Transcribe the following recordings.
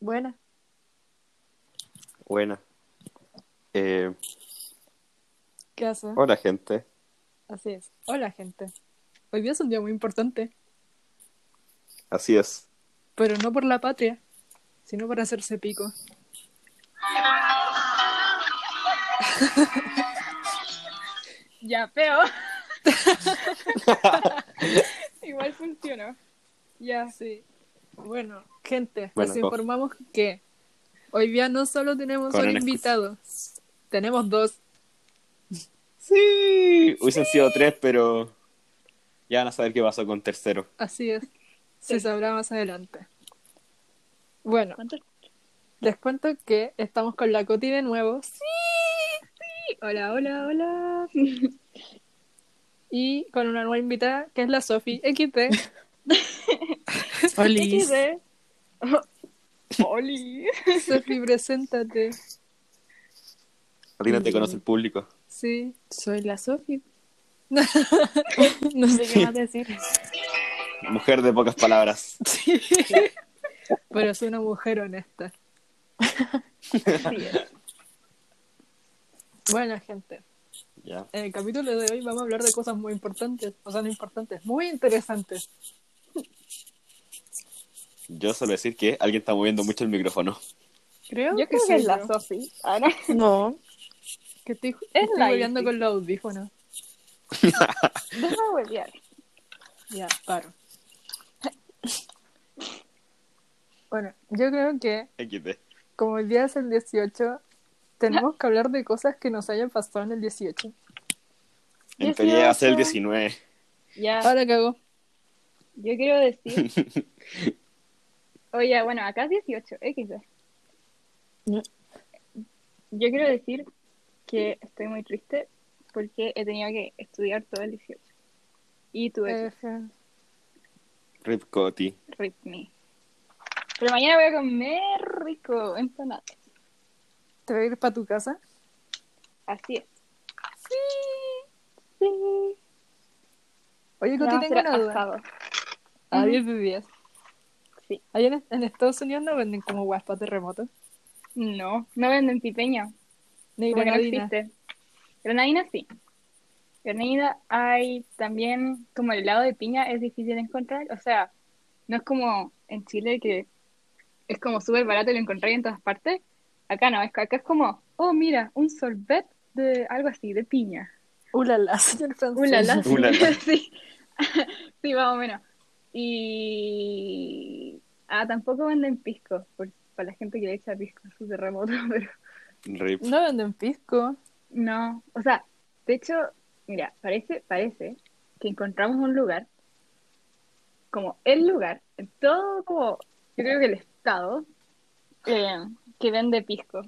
Buena. Buena. Eh, ¿Qué hace? hola, gente. Así es. Hola, gente. Hoy día es un día muy importante, Así es. pero no por la patria, sino para hacerse pico. Ya, peo. Igual funcionó. Ya, sí. Bueno, gente, Bueno, les dos. informamos que hoy día no solo tenemos Con un una excusa. invitado, tenemos dos. Sí. Hubiesen sido tres, pero ya van a saber qué pasó con tercero. Así es. Se sabrá más adelante. Bueno, ¿Cuántos? les cuento que estamos con la Coti de nuevo. Sí. Hola, hola, hola. Y con una nueva invitada que es la Sofi XT. XD. Oli. Sofi, preséntate. A ti no te Mm. conoce el público. Sí. Soy la Sofi. no sé qué más decir. Mujer de pocas palabras. Pero es una mujer honesta. Bueno, gente, Ya. en el capítulo de hoy vamos a hablar de cosas muy importantes, o sea, no importantes, muy interesantes. Yo suelo decir que alguien está moviendo mucho el micrófono. Creo Yo que creo sí, que es la Ah, creo. Sofi. Ahora. No, que estoy, estoy Es la hueveando Isi. con los audífonos. Déjame huevear. Ya, paro. Bueno, yo creo que XD. como el día es el 18, tenemos que hablar de cosas que nos hayan pasado en el 18. En teoría va a ser el 18. 19. Ya. Ahora cago. Yo quiero decir. Oye, bueno, acá es 18, ¿eh? Quizás. No. Yo quiero decir que estoy muy triste porque he tenido que estudiar todo el 18. Y tuve F. Rip Coti. que rip me. Pero mañana voy a comer rico, empanadas. ¿Te voy a ir para tu casa? Así es. Sí. Sí. Oye, Vamos Coti, a tengo hacer una duda. asado. A Ujú. 10 de 10. Sí. Allá en, en Estados Unidos no venden como guaspa terremoto. No, no venden pipeña. Ni Porque no granadina. existe. Granadina sí. Granadina hay también, como el helado de piña es difícil de encontrar. O sea, no es como en Chile que es como súper barato y lo encontráis en todas partes. Acá no, es, acá es como, oh, mira, un sorbet de algo así, de piña. Ulala, señor francés. Ulala. Ulala. sí. sí, más o menos. Y. Ah, tampoco venden pisco, por- para la gente que le echa pisco a su terremoto, pero. Rip. No venden pisco. No, o sea, de hecho, mira, parece, parece que encontramos un lugar, como el lugar, en todo como, yo creo que el estado, eh, que vende pisco.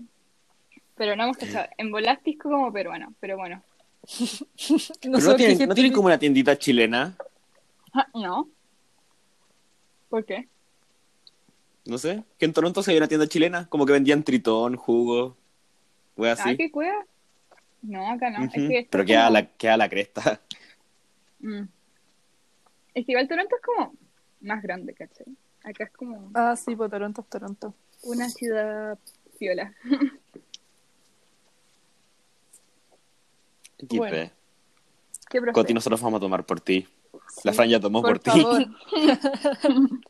Pero no hemos cachado, en volar pisco como peruano, pero bueno, Pero no, tienen, no tienen como una tiendita chilena. Ah, no. ¿Por qué? No sé. Que en Toronto se había una tienda chilena. Como que vendían tritón, jugo. Wea Ah, así. qué cueva. No, acá no, es Ujú. que esto Pero es queda como- la, queda la cresta. Mm. Es que igual Toronto es como más grande, ¿cachai? Acá es como Ah, sí, pues Toronto es Toronto. una ciudad piola. XD. Bueno. ¿Qué profe? Coti, nosotros vamos a tomar por ti. La Sí. Fran ya tomó por, Por ti. favor.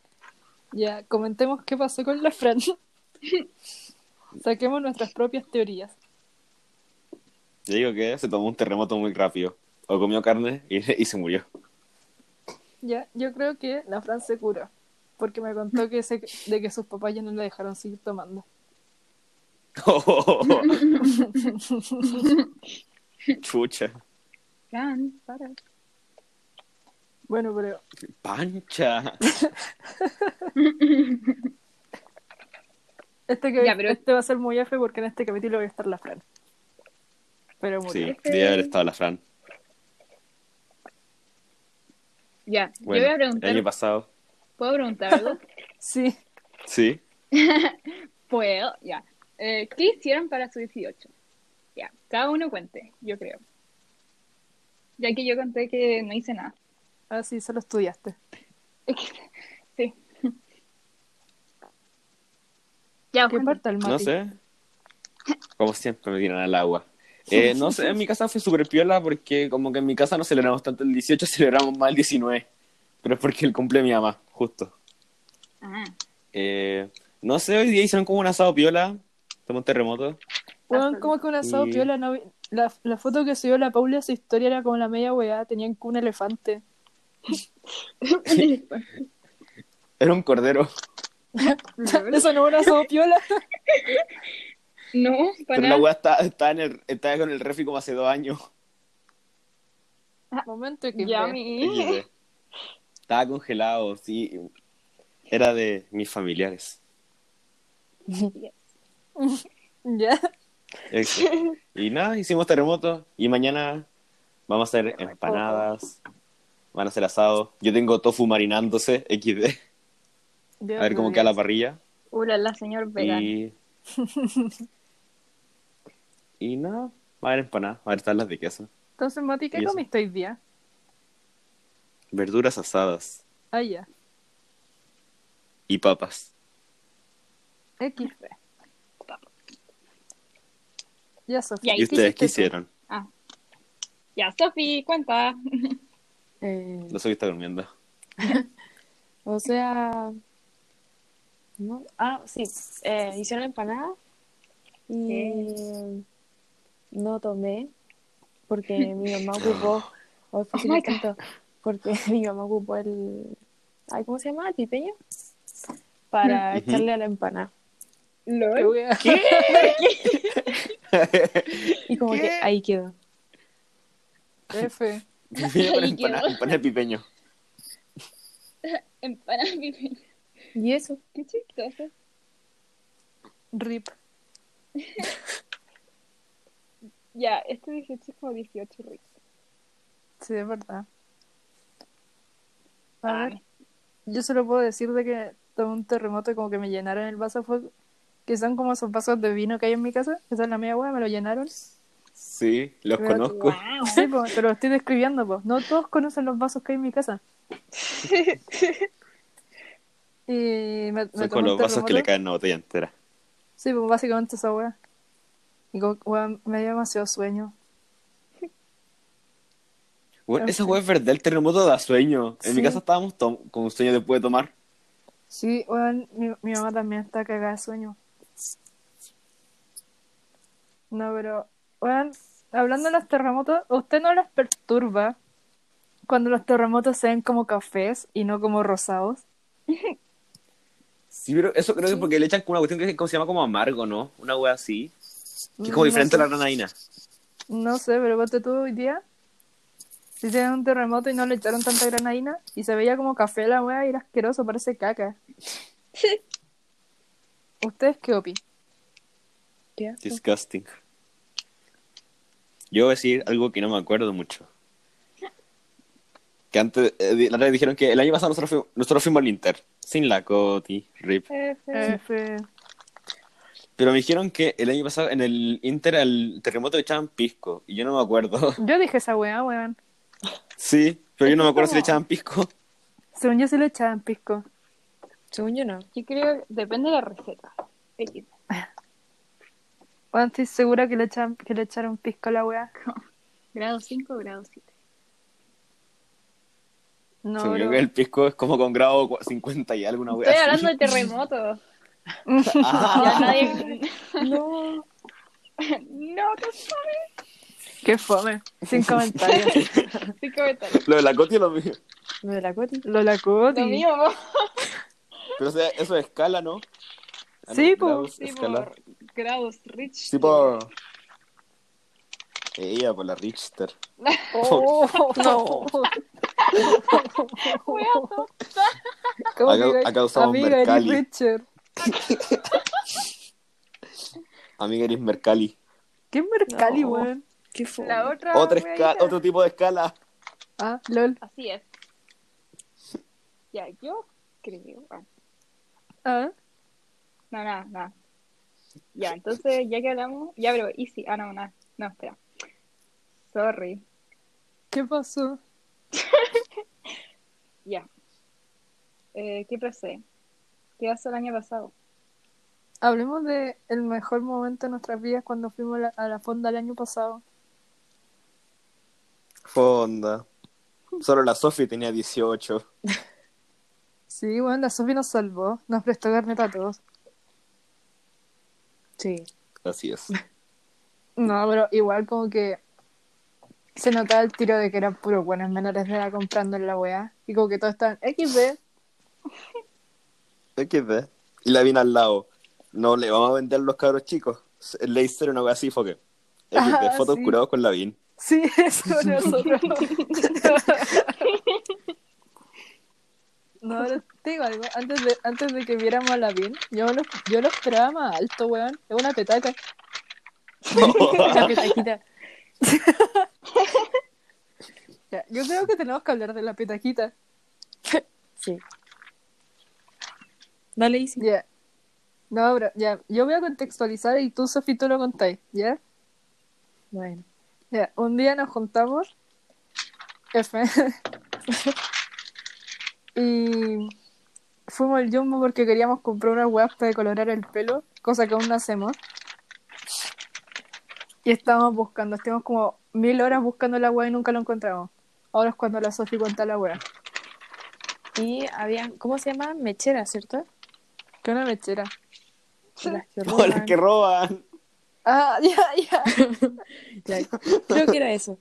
ya, comentemos qué pasó con la Fran. Saquemos nuestras propias teorías. Yo digo que se tomó un terremoto muy rápido. O comió carne y, y se murió. Ya, yo creo que la Fran se curó. Porque me contó que se- de que sus papás ya no la dejaron seguir tomando. Chucha. Fran, para. Bueno, pero Pancha. Este, que- Ya, pero- este va a ser muy F porque en este capítulo voy a estar la Fran. Pero muy Sí, debe haber estado la Fran. Ya, Bueno, yo voy a el año preguntar. pasado. ¿Puedo preguntar algo? Sí. Sí. Puedo, ya. Eh, ¿Qué hicieron para su 18? Ya, cada uno cuente, yo creo. Ya que yo conté que no hice nada. Ah, sí, solo estudiaste. Es que- sí. Ya, ¿Qué cuenta. parte el mate? No sé. Como siempre me tiran al agua. Eh, no sé, en mi casa fue súper piola porque como que en mi casa no celebramos tanto el 18, celebramos más el 19. Pero es porque el cumple de mi mamá, justo. Ah, Eh, no sé, hoy día hicieron como un asado piola. Tomó un terremoto. Weón, ¿cómo que un asado Y- piola no vi- La, la foto que subió la Paula, su historia era como la media weá, tenían que un elefante. Era un cordero. Eso no es un asado piola. no, para Pero nada. la weá está- estaba en el, estaba con el refri como hace dos años. Momento que Ya, ve. mi- Estaba congelado, sí. Era de mis familiares. Ya. Eso. Y nada, hicimos terremoto. Y mañana vamos a hacer empanadas. Van a hacer asado. Yo tengo tofu marinándose, XD. A ver cómo queda la parrilla. Ulala, señor vegano. Y. Y nada, va a haber empanadas, va a haber tablas de queso. Entonces, Mati, Y ¿qué eso. comiste hoy día? Verduras asadas Ah, ya. y papas. XD. Ya, Sofía. Ya, ¿Y ustedes hiciste qué tú? hicieron? Ah. Ya, Sofi, cuenta. Eh, No sé que está durmiendo. o sea. ¿no? Ah, sí. eh, hicieron empanada y no tomé porque mi mamá ocupó. Hoy Oh fue sin my descuento, porque mi mamá ocupó el. Ay, ¿Cómo se llama? ¿El pipeño? Para Ujú. echarle a la empanada. Qué LOL. weá. Y como que ahí quedó. F. Pipeño para Ahí empana- quedó. empana de pipeño. Empanada pipeña. Y eso. Qué Em, chistoso. RIP. Ya, este 18 es como 18 Rick. Sí, es verdad. A Ah, ver, yo solo puedo decir de que tomé un terremoto y como que me llenaron el vaso. Fue que son como esos vasos de vino que hay en mi casa. Esa es la media hueá, me lo llenaron. Sí, los Pero- ah, conozco. Sí, po, te lo estoy describiendo, pues. No todos conocen los vasos que hay en mi casa. Y me, me Son tomé con un los vasos terremoto. que le caen una botella entera. Sí, pues básicamente esa weá. Y como, weón, me dio demasiado sueño. Bueno, En esa hueá es verdad, el terremoto da sueño. En mi Ah, Sí. casa estábamos tom- con sueño después de tomar. Sí, weón, mi, mi mamá también está cagada de sueño. No, pero, weón, hablando de los terremotos, ¿a ¿usted no les perturba cuando los terremotos se ven como cafés y no como rosados? Sí, pero eso creo que es porque le echan como una cuestión que es como- se llama como amargo, ¿no? Una hueá así. Que es como Mm, diferente no a la granadina. No sé, pero ponte tú hoy día. Si se un terremoto y no le echaron tanta granadina y se veía como café la weá y era asqueroso, parece caca. ¿Ustedes qué opinan? ¿Qué? Disgusting. Yo voy a decir algo que no me acuerdo mucho. Que antes, eh, di- la otra vez dijeron que el año pasado nosotros fuimos, nosotros fuimos al Inter. Sin la Coti, RIP. F. F. Pero me dijeron que el año pasado en el Inter al terremoto le echaban pisco. Y yo no me acuerdo. Yo dije esa weá, weón. Sí, pero yo no me acuerdo si le como- echaban pisco. Según yo sí le echaban pisco. Según yo no. Yo creo, depende de la receta. X. Weón, estoy segura que le, echan, que le echaron pisco a la weá. Grado 5, grado 7. No, Según yo bro. que el pisco es como con grado cua- 50 y alguna wea. Estoy así. hablando de terremotos. Ya Ah, nadie. No. No, no sabes. Qué fome. Sin comentarios. Sí, comentarios. lo de la Coti es lo mío. Lo de la Coti. Lola Cuti. Lo mío, vos. Pero o sea, eso es escala, ¿no? Ah, Sí, no, po. grados, Sí, escala. por grados rich. Sí, por. Ella, por la Richter. Oh, No. ¿Cómo Acá- digo? acá usamos Amiga, eres Mercalli. Richard. Amiga eres Mercalli. ¿Qué es Mercalli, No. weón? ¿Qué fue? La otra. Otra esca- weadita. otro tipo de escala. Ah, lol. Así es. Ya, yo creo. ah, Ah, No, nada, nada. Ya, entonces, ya que hablamos. Ya, pero easy. Ah, no, nada. No, espera. Sorry. ¿qué pasó? Ya. Eh, ¿Qué pasé? ¿Qué pasó el año pasado? Hablemos de el mejor momento de nuestras vidas cuando fuimos a la, a la fonda el año pasado. Fonda. Solo la Sofi tenía 18. Sí, bueno, la Sofi nos salvó. Nos prestó carnet a todos. Sí. Así es. No, pero igual como que se notaba el tiro de que eran puros buenos menores de edad comprando en la weá. Y como que todos estaban XD. XD. Y la vine al lado. No le vamos a vender los cabros chicos. Le hicieron una wea así, foque. XD, Ah, fotos sí. curados con la vin. Sí, eso nosotros. no, pero te digo algo. Antes de, antes de que viéramos a la Vin, yo lo, yo lo esperaba más alto, weón. Es una petaca. La petaquita. Ya, yo creo que tenemos que hablar de la petaquita. Sí. Dale, Isi. Ya. No, pero ya, yo voy a contextualizar y tú, Sofi, tú lo contáis, ¿ya? Bueno. Ya, un día nos juntamos. F. y fuimos al Jumbo porque queríamos comprar unas huevas para decolorar el pelo, cosa que aún no hacemos. Y estábamos buscando, estuvimos como mil horas buscando la hueá y nunca lo encontramos. Ahora es cuando la Sofi cuenta la hueá. Y había, ¿cómo se llama? Mechera, ¿cierto? Que una mechera. Las que Por las roban. que roban. Ah, ya, ya. Ya, creo que era eso.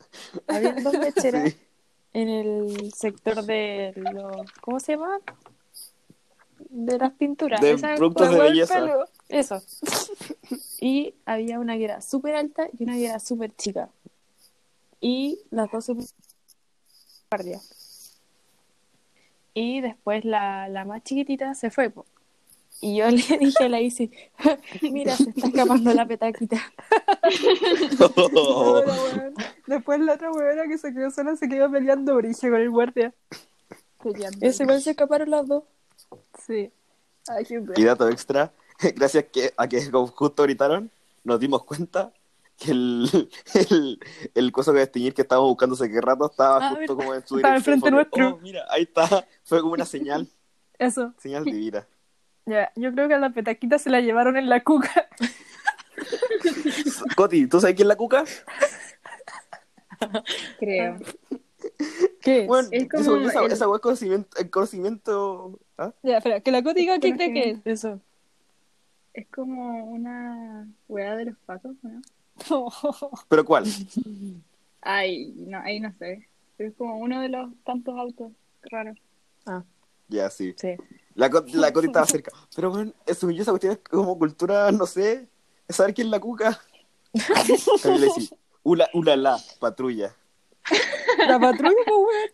Había dos mecheras en el sector de los. ¿Cómo se llama? De las pinturas. De Esa- productos de Huevo el belleza. pelo. Eso. Y había una que era súper alta y una que era súper chica. Y las dos súper guardia. Y después la, la más chiquitita se fue. po. Y yo le dije a la Isi, mira, se está escapando la petaquita. Oh. No, la weón. Después la otra huevona que se quedó sola se quedó peleando origen con el guardia. Peleando. Ese igual se escaparon las dos. Sí. Ay, qué Y dato extra, gracias que, a que como justo gritaron, nos dimos cuenta que el, el, el coso que desteñir que estábamos buscando hace que rato estaba Ah, justo verdad. como en su Estaba dirección. enfrente Fue como, nuestro. "Oh, mira, ahí está. Fue como una señal, Eso. señal divina. Ya, yo creo que a la petaquita se la llevaron en la cuca. Coti, ¿tú sabes quién es la cuca? Creo. ¿Qué es? Bueno, es yo como según yo, esa, el- esa hueá es conocimiento, el conocimiento ¿ah? Ya, espera, que la Coti diga qué cree que es. Eso. Es como una weá de los patos, ¿no? pero ¿cuál? Ay, no, ahí no sé. Pero es como uno de los tantos autos raros. Ah, Ya, sí. sí. La, co- la Coti estaba cerca. Pero bueno, eso, yo esa cuestión es como cultura, no sé, es saber quién es la cuca. También le decís, ula, ula, la, patrulla. La patrulla, pues, weón.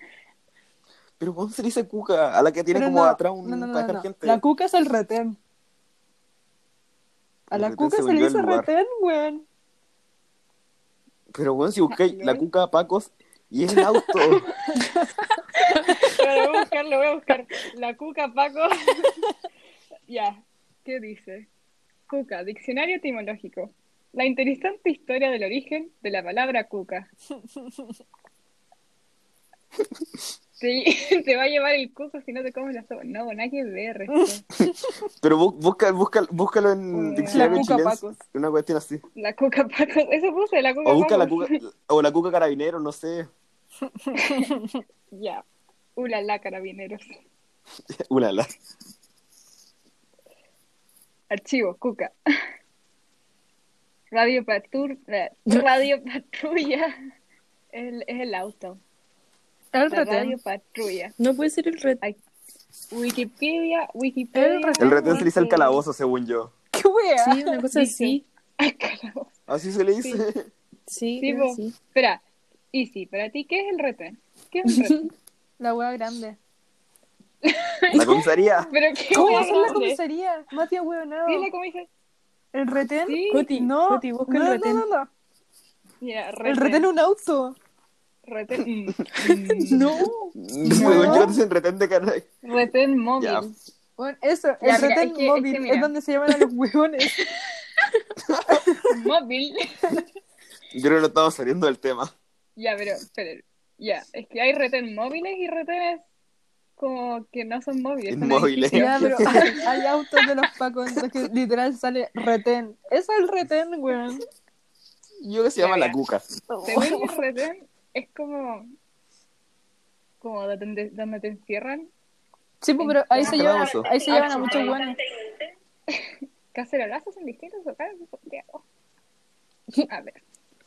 Pero ¿cómo se le dice cuca? A la que tiene Pero como no, atrás un no, no, no, pajar no. gente. La cuca es el retén. A El la retén cuca se se le volvió el dice lugar. retén, weón. Pero bueno, si buscáis Ah, la ¿no? cuca a Pacos y es el auto. lo voy a buscar, lo voy a buscar. La cuca, Paco. ya, ¿qué dice? Cuca, diccionario etimológico. La interesante historia del origen de la palabra cuca. Te, te va a llevar el cuco si no te comes la sopa. No, nada que ver. esto. Pero bu- busca, busca, búscalo en Mm, diccionario la cuca chileno. Pacos. Una cuestión así. La cuca, Paco. Eso puse, la cuca, O busca la Paco. cuca, o la cuca carabinero, no sé. Ya. Ulala, carabineros. Una la. Archivo, Cuca. Radio, Patur- eh, radio Patrulla. El- es el auto. El La retén. radio Patrulla. No puede ser el reto. Ay, Wikipedia, Wikipedia. El El retén se le dice el calabozo, según yo. ¿Qué wea? Sí, una cosa Dice. así. Ay, carajo. Así se le dice. Sí, Sí, creo po. que sí. Espera, Easy, ¿para ti qué es el retén? ¿Qué es el retén? La wea grande. La comisaría. ¿Pero qué ¿Cómo hueá va a ser la grande? comisaría? Matías, weón, no. ¿Sí es la comisaría? ¿El retén? Sí. Coti, No, Coti, busca no, el retén. no, no, no. Mira, retén. El retén es un auto. Retén, mm, No. Según yo, dicen retén de carabinero. mm. Retén móvil. Ya. Bueno, eso, el mira, retén es que- es móvil que es, mira. donde se llaman a los huevones. Móvil. Yo creo que no estamos saliendo del tema. Ya, pero, esperen. Ya, es que hay retén móviles y retenes como que no son móviles. son Inmóviles. Ya, pero hay, hay autos de los pacos en los que literal sale retén. Es el retén, weón. Yo que se llama la cuca. edificios. Según Oh. el retén, es como. como donde, donde te encierran. Sí, pues, pero ahí se llevan, Calabozo. ahí se llevan a muchos buenos. Cacerolazos son distintos o caras de Santiago. oh. A ver,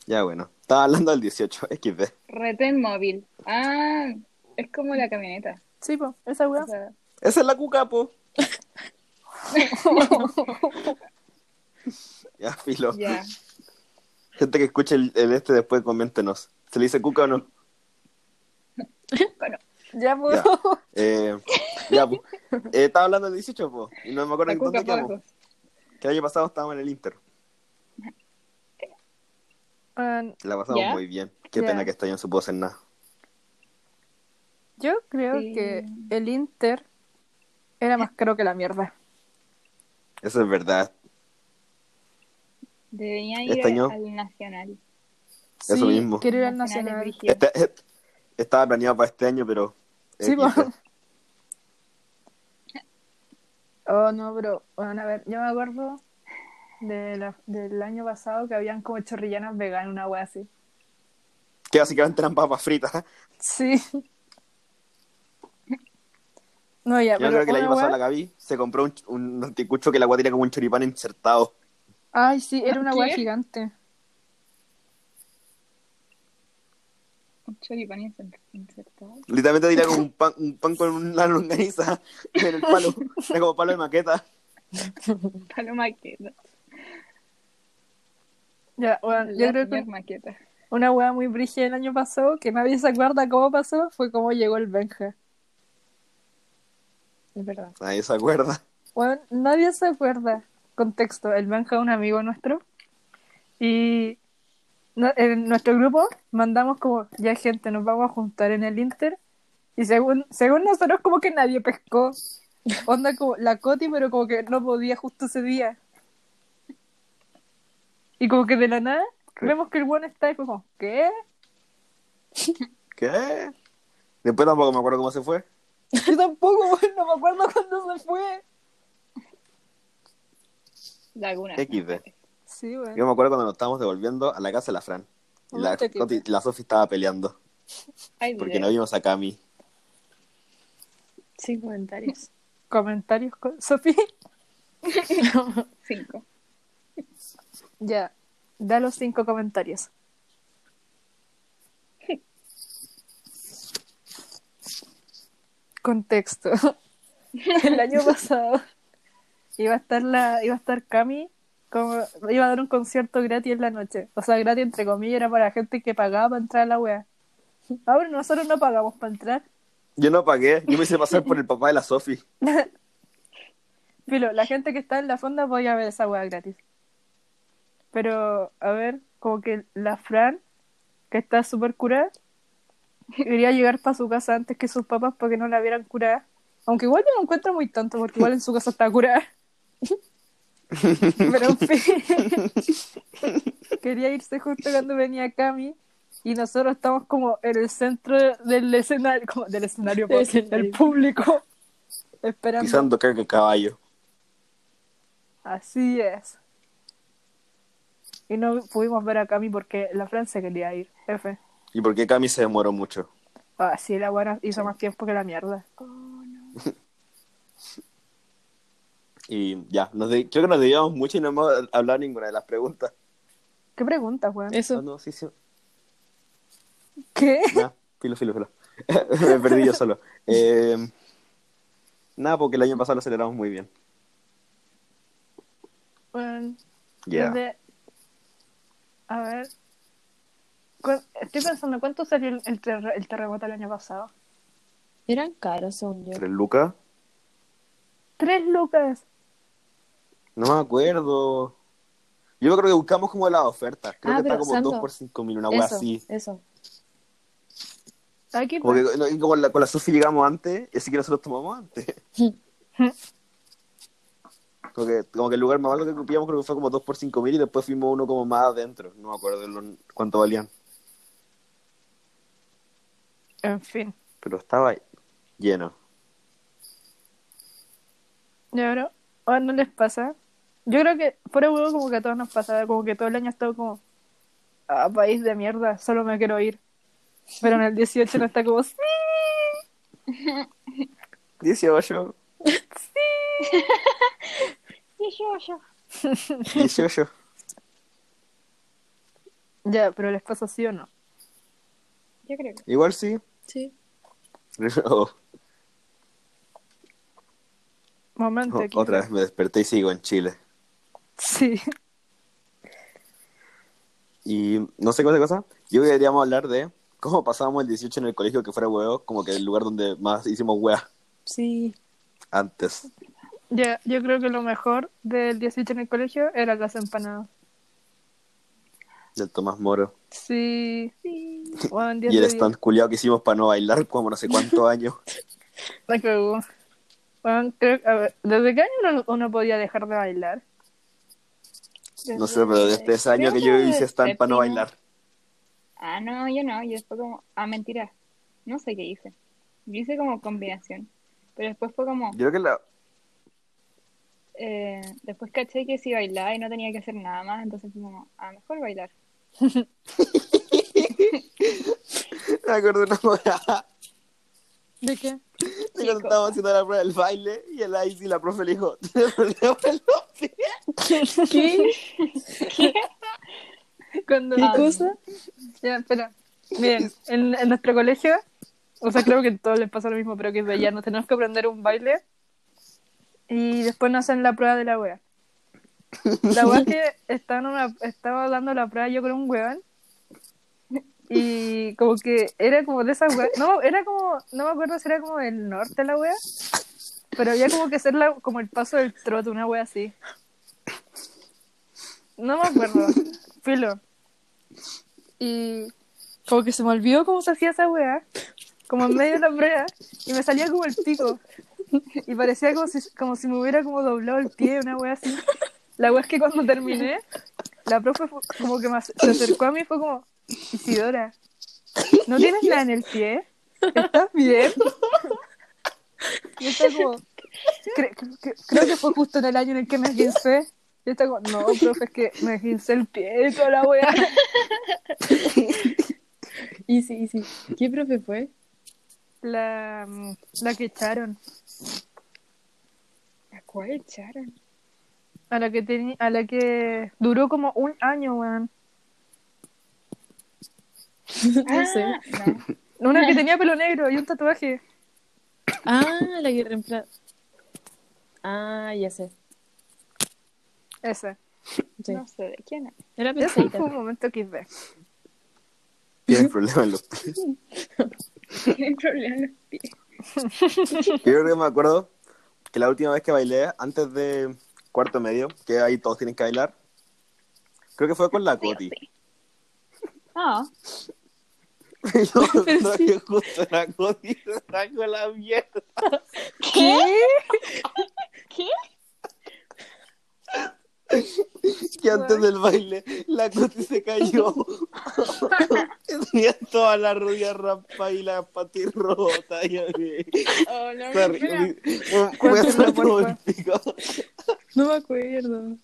Ya, bueno. Estaba hablando del 18, XD. retén móvil. Ah, es como la camioneta. Sí, pues, esa O weón. sea, Esa es la cuca, po. ya, filo. ya. Gente que escuche el, el este después, coméntenos. ¿Se le dice cuca o no? Bueno, Ya, pues. Ya. Eh, ya, po. Eh, estaba hablando del 18, po. Y no me acuerdo la en cuca dónde poco. quedamos. Que el año pasado estábamos en el Inter. Weón, La pasamos Ya. muy bien. Qué Ya. pena que este año no se pudo hacer nada. yo creo Sí. que el Inter era más caro que la mierda. Eso es verdad. Debería ir Este año. al nacional. Eso mismo. Quiero ir al es Nacional. brígido. Este- este- estaba planeado para este año, pero. Sí, XD. po. Oh, no, pero, bueno, a ver, yo me acuerdo de la- del año pasado que habían como chorrillanas veganas, una wea así. Que básicamente eran papas fritas. Sí. No, ya, Yo pero creo que el una año pasado wea- la Gaby se compró un, un anticucho que la guatira como un choripán insertado. Ay, sí, era una wea ¿Qué? gigante. Un choripán insert- insertado. Literalmente diría como un pan, un pan con una longaniza en el palo. Era como palo de maqueta. Palo maqueta. Ya, bueno, yo La creo señor que maqueta. una wea muy brígida el año pasado, que nadie se acuerda cómo pasó, fue cómo llegó el Benja. Es verdad. Nadie se acuerda. Bueno, nadie se acuerda. Contexto, el Benja es un amigo nuestro. Y no- en nuestro grupo mandamos como, ya gente, nos vamos a juntar en el Inter. Y según, según nosotros, como que nadie pescó. Onda como la Coti, pero como que no podía justo ese día. Y como que de la nada, ¿Qué? vemos que el buen está y fue como, ¿qué? ¿Qué? Después tampoco me acuerdo cómo se fue. Yo tampoco, weón, no me acuerdo cuándo se fue. Laguna. XD. Sí, weón. Yo me acuerdo cuando nos estábamos devolviendo a la casa de la Fran. Y la, Este tipo. Coti- la Sofi estaba peleando Ay, porque Dios. no vimos a Cami. Sin comentarios. Comentarios con Sofía. Cinco. Ya, da los cinco comentarios. Contexto. El año pasado iba a estar la, iba a estar Cami, como, iba a dar un concierto gratis en la noche. O sea, gratis entre comillas era para gente que pagaba para entrar a la wea. Ahora nosotros no pagamos para entrar. Yo no pagué. Yo me hice pasar por el papá de la Sofi. Pero la gente que está en la fonda podía ver esa weá gratis. Pero, a ver, como que la Fran, que está súper curada, quería llegar para su casa antes que sus papás para que no la vieran curada. Aunque igual yo lo encuentro muy tonto, porque igual en su casa está curada. Pero en fin. quería irse justo cuando venía Cami. Y nosotros estamos como en el centro del escenario, como del escenario, Del po, escenario. del público, esperando Pisando creo que caballo. Así es. Y no pudimos ver a Cami porque la Fran se quería ir, jefe. ¿Y por qué Cami se demoró mucho? Ah, sí, la buena hizo más tiempo que la mierda. Y ya, nos de- creo que nos debíamos mucho y no hemos hablado ninguna de las preguntas. ¿Qué preguntas, weón? Ah, Eso. no, sí, sí. ¿Qué? Nah, filo, filo, filo. Me perdí yo solo. Eh, nada, porque el año pasado lo celebramos muy bien. Weón, Ya. desde- A ver. Cu- Estoy pensando, ¿cuánto salió el, el ter- el terremoto el año pasado? Eran caros, según yo. ¿Tres lucas? Tres lucas. No me acuerdo. Yo creo que buscamos como las ofertas. Creo Ah, que está pero, como Sandro, 2 por 5 mil, una wea Eso, así. eso. Aquí Como que no, y como la, con la Sufi llegamos antes, y así que nosotros tomamos antes. Como que, como que el lugar más malo que copiamos creo que fue como 2 por 5 mil y después fuimos uno como más adentro. No me acuerdo de lo- cuánto valían. En fin. Pero estaba lleno. Ya, pero ahora no les pasa. Yo creo que fuera huevo como que a todos nos pasa, como que todo el año he estado como a país de mierda, solo me quiero ir. Pero en el 18 no está como sí, 18. 18. ya, pero les pasa sí o no. Yo creo que. Igual sí. Sí. pero- Momento aquí. otra vez me desperté y sigo en Chile. Sí. Y no sé qué otra cosa. Yo creo que deberíamos hablar de cómo pasábamos el 18 en el colegio que fuera huevo, como que el lugar donde más hicimos hueá Sí. antes. Ya, yo creo que lo mejor del 18 en el colegio era las empanadas. Del Tomás Moro. Sí. Sí. Bueno, Y el stand culiado que hicimos para no bailar como no sé cuántos años. La cagó. Bueno, creo, a ver, ¿desde qué año uno, uno podía dejar de bailar? No sé, pero desde ese año que Creo yo hice desde stand para no séptimo. bailar. Ah, no, yo no. Yo después como... Ah, mentira. No sé qué hice. Yo hice como combinación. Pero después fue como... Yo creo que la... eh, después caché que si bailaba y no tenía que hacer nada más, entonces fue como, ah, mejor bailar. Me acuerdo una hueá. ¿De qué? Y cuando estábamos haciendo la prueba del baile y el ICE y la profe le dijo, "Tiene problemas en los pies". ¿Qué? Cuando, ¿Qué Ah, cosa? Ya, espera. Miren, en, en nuestro colegio, o sea, creo que a todos les pasa lo mismo, pero que es de allá, nos tenemos que aprender un baile y después nos hacen la prueba de la wea. La wea es que estaba, en una- estaba dando la prueba yo con un weón y como que era como de esas weas, no, era como, no me acuerdo si era como del norte la wea, pero había como que hacer la- como el paso del trote, una wea así. No me acuerdo, filo. Y como que se me olvidó cómo se hacía esa weá, como en medio de la brea, y me salía como el pico. Y parecía como si, como si me hubiera como doblado el pie, una weá así. La weá es que cuando terminé, la profe fue- como que me ac- se acercó a mí y fue como, Isidora, ¿no tienes nada en el pie? ¿Estás bien? Y está como, "Cre- cre- creo que fue justo en el año en el que me esguincé. Y está como, no, profe, es que me esguincé el pie y toda la weá. Y sí, y sí. ¿Qué profe fue? La, mm, la que echaron. ¿A cuál echaron? A la que teni- a la que duró como un año, weón. No sé. Ah, no. Una que tenía pelo negro y un tatuaje. Ah, la que reemplaza. Ah, ya sé. Esa. Sí. No sé de quién. es. Era Eso pesadita. fue un momento que ve. Tiene problemas en los pies. Tiene problema en los pies. Yo creo que me acuerdo que la última vez que bailé, antes de cuarto medio, que ahí todos tienen que bailar, creo que fue con la Sí, Coti. sí. Ah, Yo no, que justo la Coti se sacó la mierda. ¿qué? ¿Qué? Y antes del baile, la Coti se cayó. Tenía toda la rodilla rampa y la patis rota. Y a mí. Oh, no, Sorry, espera. voy a ¿Cuánto hacer fue? todo el pico. No me acuerdo.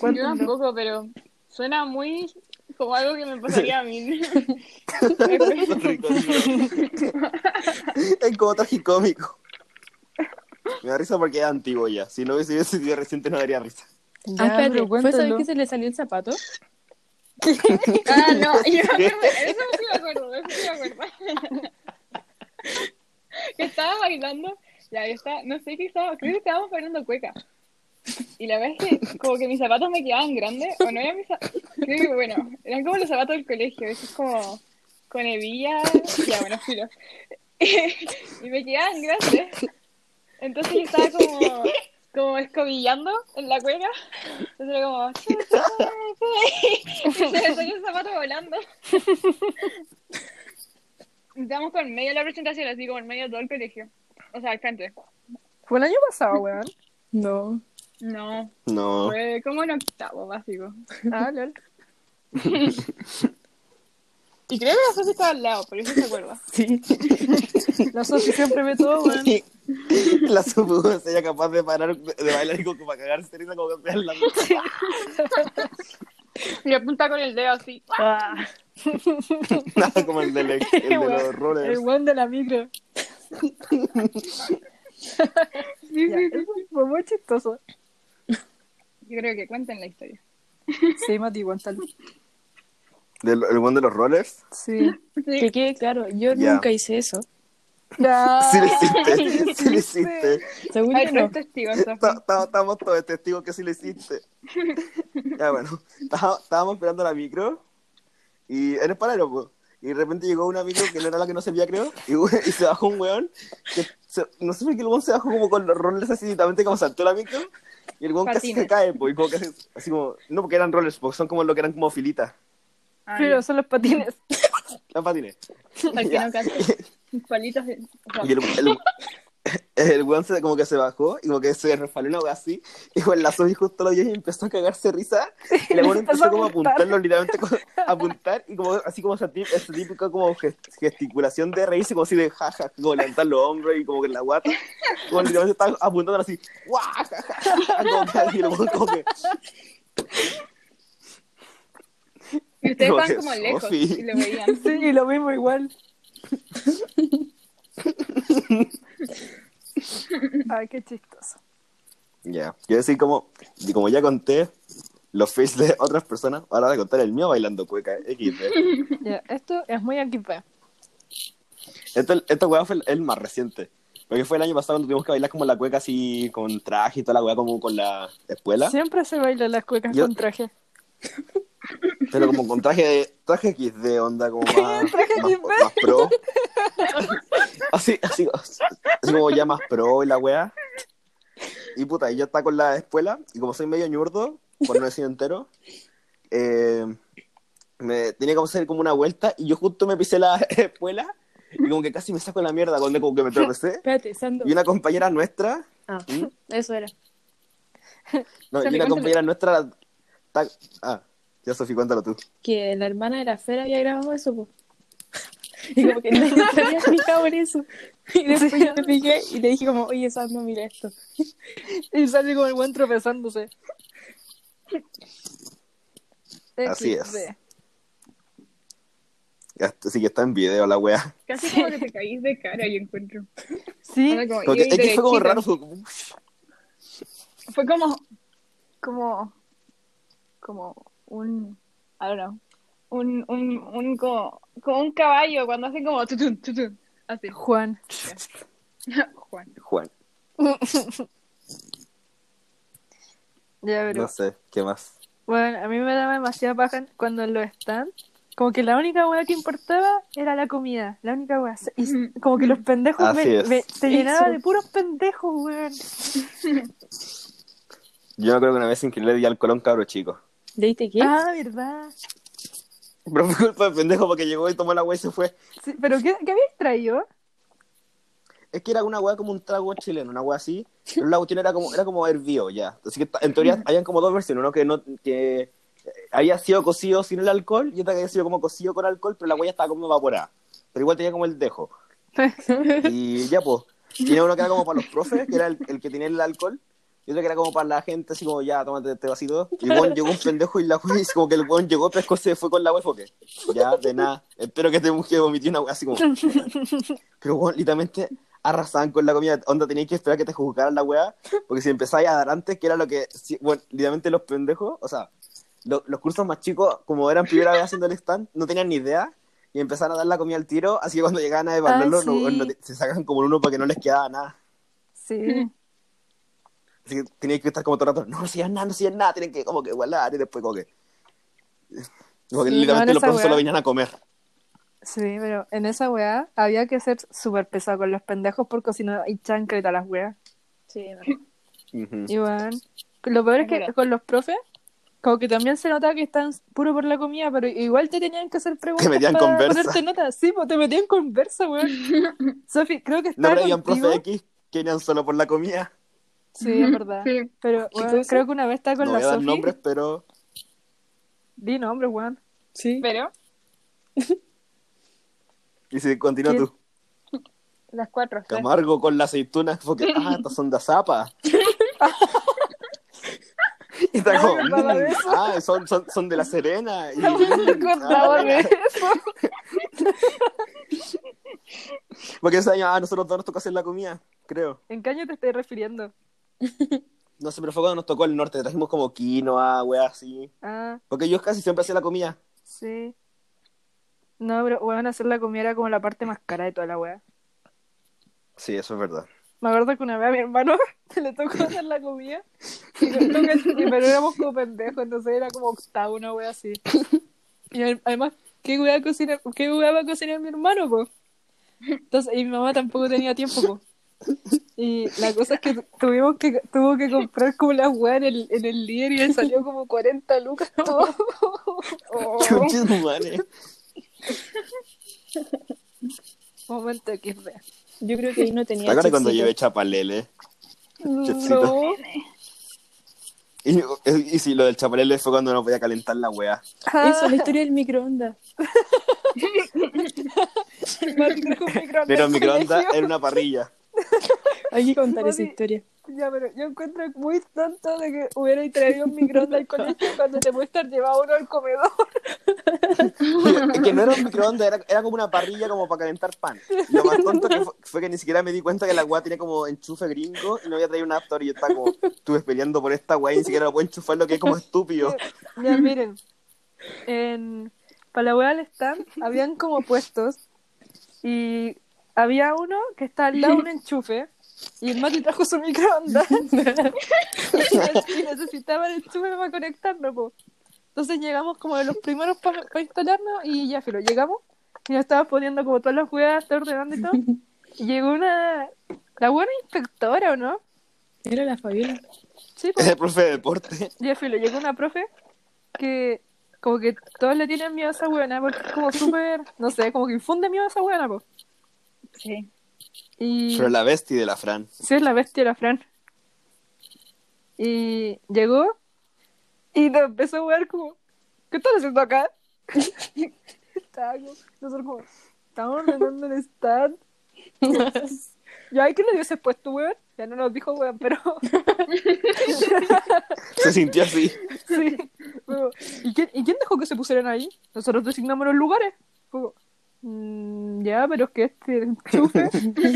Yo tampoco, pero suena muy como algo que me pasaría a mí. Sorry, conmigo. es como tragicómico. Me da risa porque es antiguo ya. Si lo hubiese sido reciente no daría risa. Ya, Ah, espérate. pero ¿Fue saber cuéntalo. que se le salió el zapato? ah, no, yo me acuerdo, eso sí me acuerdo, eso sí me acuerdo. que estaba bailando, ya, yo estaba, no sé qué estaba, creo que estábamos bailando cueca. Y la verdad es que como que mis zapatos me quedaban grandes, o no eran mis zapatos, creo que bueno, eran como los zapatos del colegio, eso es como con hebilla, ya bueno, filo. y me quedaban grandes. Entonces yo estaba como, como escobillando en la cueca. Entonces era como... y se me salió el zapato volando. Estamos con medio de la presentación, así como en medio de todo el colegio. O sea, al frente. Fue el año pasado, weón. No. No, No. fue como en octavo, básico. Ah, lol. Y creo que la Sofi estaba al lado, por eso se acuerda. Sí. La Sofi siempre ve todo, weón. La supo sería capaz de parar, de bailar y como para cagarse de risa como que la Y apunta con el dedo así. Nada como el de, el de los El rollers. buen de la micro. Ya, eso fue muy chistoso. Yo creo que cuenten la historia. Sí, Mati, cuéntalo. Del- ¿El buen de los rollers? Sí. Que quede claro, yo Ya. nunca hice eso. Sí lo hiciste, sí lo hiciste. Según Hay yo, no. este tres testigos. Sofi. Ta- ta- Estábamos todos de testigos que sí lo hiciste. Ya bueno, Tá- estábamos esperando la micro y en el paralelo, po. y de repente llegó una micro que no era la que no servía, creo, y, we- y se bajó un weón. que se- no sé por qué el weón se bajó como con los roles así, literalmente como saltó la micro. Y el weón casi Patines. se cae, po, y como casi, así como, no porque eran roles, porque son como lo que eran como filitas, Ah, Pero son los patines. las patines. ya. Para que Ya. no cante. Palitos de- o sea, Y el, el, el weón se, como que se bajó y como que se resbaló una wea así. Y bueno, la Sofi justo lo vio y empezó a cagarse de risa. Y la weón Empezó a empezó como a apuntar. apuntarlo literalmente, como- a apuntar y como así como esa, tip- esa típica como gest- gesticulación de reírse, como así de jaja, como levantar los hombros y como que la guata. Como literalmente estaba apuntando así, guau, jaja, jaja", como que así, el weón como que. Y ustedes Como van que como lejos Sofi. y lo veían. Sí, y lo mismo igual. Ay, qué chistoso. Ya, quiero decir como, y como ya conté los fails de otras personas, ahora voy a contar el mío bailando cueca, ¿eh? XD. Ya, esto es muy equipa. Este, esta weá fue el, el más reciente. Porque fue el año pasado cuando tuvimos que bailar como la cueca así con traje y toda la weá como con la espuela. Siempre se baila las cuecas Yo- con traje. Pero como con traje de, traje XD, onda como más, Traje más, XD. más pro. Así, así, así como ya más pro y la weá. Y puta, y yo estaba con la espuela y como soy medio ñurdo, por no decir entero, eh, me tenía que hacer como una vuelta y yo justo me pisé la espuela y como que casi me saco la mierda cuando como que me tropecé. Espérate, Sando. Y una compañera nuestra, Ah, ¿Mm? eso era. no, y Sofi, una cuéntalo. compañera nuestra, ta- ah, ya Sofi, cuéntalo tú. Que la hermana de la Fera había grabado eso, po. Y como que nadie se había fijado en eso. Y después yo me fijé y le dije como, oye, Sando, mira esto. Y sale con el buen tropezándose. Así XD. es. Ya, Así que está en video la wea. Casi como que te caís de cara, yo encuentro. Sí, Era como- Porque y- y X fue como derechito. raro, fue como- Fue como, como, como un, I don't know, un, un, un, como, como un caballo cuando hace como tutun, tutun, así. Juan. Juan. Juan, Ya, pero... no sé, ¿qué más? Bueno, a mí me daba demasiada paja cuando lo están. Como que la única weá que importaba era la comida. La única weá. Se- Y como que los pendejos Así me, es. me- se llenaba Eso. de puros pendejos, weón. Yo no creo que una vez sin querer le di alcohol a un cabro chico. ¿Le diste qué? Ah, verdad. Pero fue culpa del pendejo porque llegó y tomó la wea y se fue. Sí, pero ¿qué, qué habías traído? Es que era una wea como un trago chileno, una wea así. Pero la cuestión era como, era como hervido ya. Así que ta- en teoría habían como dos versiones, uno que no que eh, había sido cocido sin el alcohol y otra que había sido como cocido con alcohol, pero la wea estaba como evaporada. Pero igual tenía como el dejo. Y ya, pues. Tiene uno que era como para los profes, que era el, el que tenía el alcohol. Y otro que era como para la gente, así como, ya, tómate este vasito. Y bueno, llegó un pendejo y la wea, como que el weón llegó, pescó, se fue con la wea, porque ya, de nada, espero que te mujer vomití una wea así como. Pero bueno, literalmente arrasaban con la comida. Onda, tenías que esperar que te juzgaran la weá, porque si empezabas a dar antes, que era lo que. si- bueno, literalmente los pendejos, o sea, lo- los cursos más chicos, como eran primera vez haciendo el stand, no tenían ni idea y empezaron a dar la comida al tiro. Así que cuando llegaban a evaluarlo, Ah, no- sí. no te- se sacaban como uno para que no les quedaba nada. Mm. Sí. Así que tenías que estar como todo el rato, no, no sigan nada, no sigan nada, tienen que como que igualar y después como que. Como que Sí, no, literalmente en los esa profes weá. solo venían a comer. Sí, pero en esa weá había que ser súper pesado con los pendejos porque si no hay chancla y todas las weas. Sí, Ujú. Y bueno, lo peor es Es verdad. que con los profes, como que también se notaba que están puro por la comida, pero igual te tenían que hacer preguntas Te metían para conversa. ponerte nota. Sí, pues te metían conversa, weón. Sofi, creo que No, estaba pero había un profe contigo. X que venían solo por la comida. Sí, es verdad. Sí. Pero weón, cosa? creo que una vez estaba con no la voy a dar Sofi. nombres, pero. Di nombre, weón. Sí. Pero, Y si continúa ¿Quién? tú. Las cuatro. Fer. Camargo con las aceitunas, porque, ah, estas son de zapa. y está como, me acordaba de "Mm, ah, son, son, son de la Serena. Y, me acordaba ah, de eso. porque ese año, ah, nosotros dos nos tocó hacer la comida, creo. ¿En qué año te estoy refiriendo? No sé, pero fue cuando nos tocó el norte, trajimos como quinoa, weá, así. Ah, Porque yo casi siempre hacía la comida. sí. No, pero bueno, hacer la comida era como la parte más cara de toda la wea. Sí, eso es verdad. Me acuerdo que una vez a mi hermano le tocó hacer la comida y, creo que- y pero éramos como pendejos, entonces era como octavo, una wea así. Y a- además, ¿qué wea, cocina, ¿qué wea va a cocinar mi hermano, po? Entonces, y mi mamá tampoco tenía tiempo, po. Y la cosa es que tuvimos que tuvo que comprar como las weas en el, en el líder y le salió como 40 lucas todo. Chuches, madre. Momento que fea. Yo creo que ahí no ¿Te tenía. acuerdas cuando chipsito. llevé chapalele? Chipsito. No. Y, y sí, lo del chapalele fue cuando no podía calentar la weá. Eso, la historia del microondas. Martín con microondas Pero el en microondas colegio. era una parrilla. Hay que contar esa Mami. historia. Ya, pero yo encuentro muy tonto de que hubiera traído un microondas al colegio cuando te puede estar llevado uno al comedor. Es que no era un microondas, era, era como una parrilla como para calentar pan. Y lo más tonto que fue, fue que ni siquiera me di cuenta que la weá tenía como enchufe gringo y no había traído un adaptador y yo estaba como, estuve peleando por esta weá y ni siquiera lo puedo enchufar, lo que es como estúpido. Ya, miren. En Palagüe del stand habían como puestos y había uno que estaba al lado de un enchufe y el Mati trajo su microondas y necesitaba el enchufe para conectarlo, po. Entonces llegamos como de los primeros para instalarnos y ya, filo, llegamos y nos estábamos poniendo como todas las jugadas, todo ordenando y todo. Y llegó una... La buena inspectora, ¿o no? Era la Fabiola. Sí, po. El profe de deporte. Ya, filo, llegó una profe que como que todos le tienen miedo a esa buena porque es como súper, no sé, como que infunde miedo a esa buena, po. Sí. Y Pero la bestia de la Fran. sí, es la bestia la Fran. Y llegó y nos empezó a jugar como, ¿qué están haciendo acá? Estaba como- nosotros como, estamos ordenando el stand. Ya, ¿y qué le dio pues tu weón? Ya no nos dijo weón, pero... Se sintió así. Sí. Como, ¿y, quién, y quién dejó que se pusieran ahí? Nosotros designamos los lugares. Como, mm, ya, pero es que este enchufe.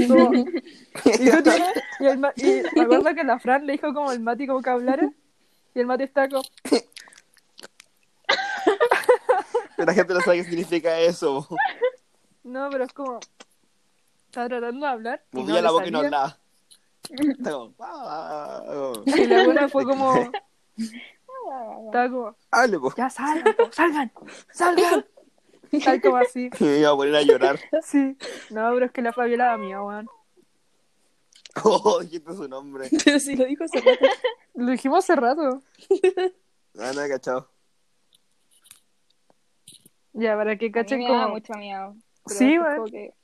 como, y, tú tienes- y el, Ma- y me acuerdo que la Fran le dijo como el Mati como que hablara. Y el Mati está como. Pero la gente no sabe qué significa eso. No, pero es como. Está tratando de hablar. y no Movía la le boca y no salía. hablaba. Está como, "Ah, ah, ah". Y la buena fue como. Estaba como. Hable, pues. po. Ya salgan, po, salgan, salgan. Tal como así. Me iba a poner a llorar. Sí. No, pero es que la Fabiola da mía, weón. Oh, dijiste su nombre. Pero si lo dijo hace rato. Lo dijimos hace rato. Ah, no, cachado. Ya, para que A mí cachen me como... daba mucho miedo. pero Sí, después weón. como que-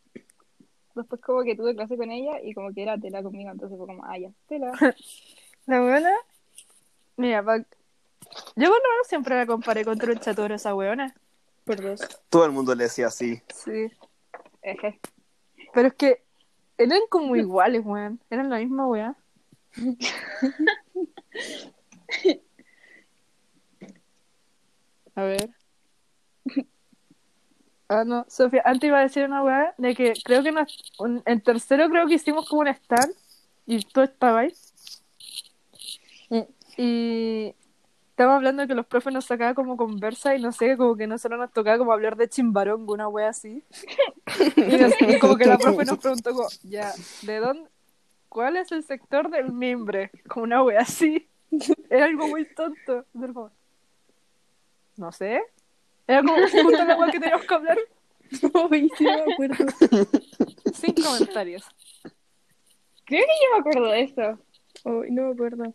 Después como que tuve clase con ella y como que era tela conmigo, entonces fue como, ah, ya, tela. La weona... Mira, pa- yo por lo menos siempre la comparé con Tronchatoro, esa weona. Por dos. Todo el mundo le decía así. Sí. Eje. Pero es que eran como iguales, weón. Eran la misma weá. A ver. Ah, no, Sofía, antes iba a decir una weá de que creo que nos, un- en tercero creo que hicimos como un stand y tú estabais. Mm. Y estábamos hablando de que los profes nos sacaban como conversa y no sé, como que nosotros nos tocaba como hablar de chimbarongo, una wea así. Y, nos- y como que la profe nos preguntó como, ya, ¿de dónde? ¿Cuál es el sector del mimbre? Como una wea así. Era algo muy tonto. Nosotros como, no sé. Era como justo la wea que teníamos que hablar Uy, sí me acuerdo. sin comentarios. Creo que yo me acuerdo de eso. Uy, no me acuerdo.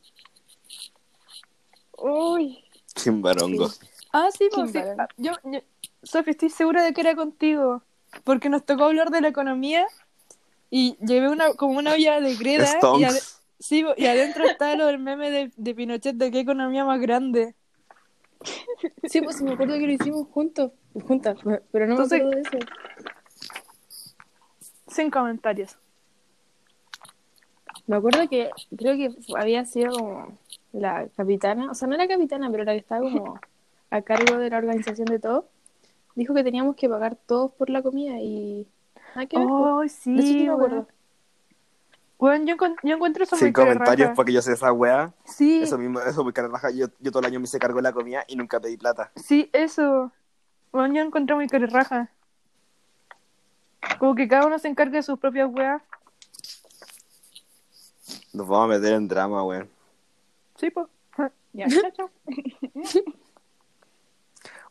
Uy. Chimbarongo. Ah, sí, pues sí. Chimbarón. Ah, Yo, yo- Sofi, estoy segura de que era contigo. Porque nos tocó hablar de la economía y llevé una, como una olla de greda. Y, ade- Stonks. sí, bo- y adentro estaba lo del meme de, de Pinochet de qué economía más grande. Sí, pues sí me acuerdo que lo hicimos juntos. Juntas, pero no Entonces- me acuerdo de eso. Sin comentarios. Me acuerdo que creo que había sido como la capitana, o sea, no la capitana, pero la que estaba como a cargo de la organización de todo, dijo que teníamos que pagar todos por la comida y... nada que ver, Oh, po. De eso yo sí, me acuerdo. weón. Weón, yo, encon- yo encuentro eso Sin muy cara comentarios raja. porque yo sé esa weá. Sí, Eso mismo, eso muy cara raja. Yo, yo todo el año me hice cargo de la comida y nunca pedí plata. sí, eso. Weón, yo encontré muy cara raja. Como que cada uno se encarga de sus propias weas. Nos vamos a meter en drama, weón. Sí, po. Ya, chao, chao.